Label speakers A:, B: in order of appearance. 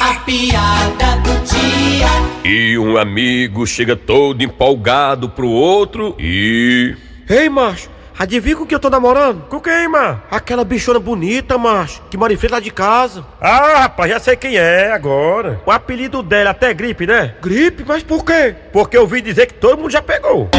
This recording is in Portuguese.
A: A piada do dia.
B: E um amigo chega todo empolgado pro outro e.
C: Ei, macho, adivinha com que eu tô namorando?
D: Com quem, mano?
C: Aquela bichona bonita, macho, que mora em frente lá de casa.
D: Ah, rapaz, já sei quem é agora.
C: O apelido dela é até gripe, né?
D: Gripe? Mas por quê?
C: Porque eu ouvi dizer que todo mundo já pegou.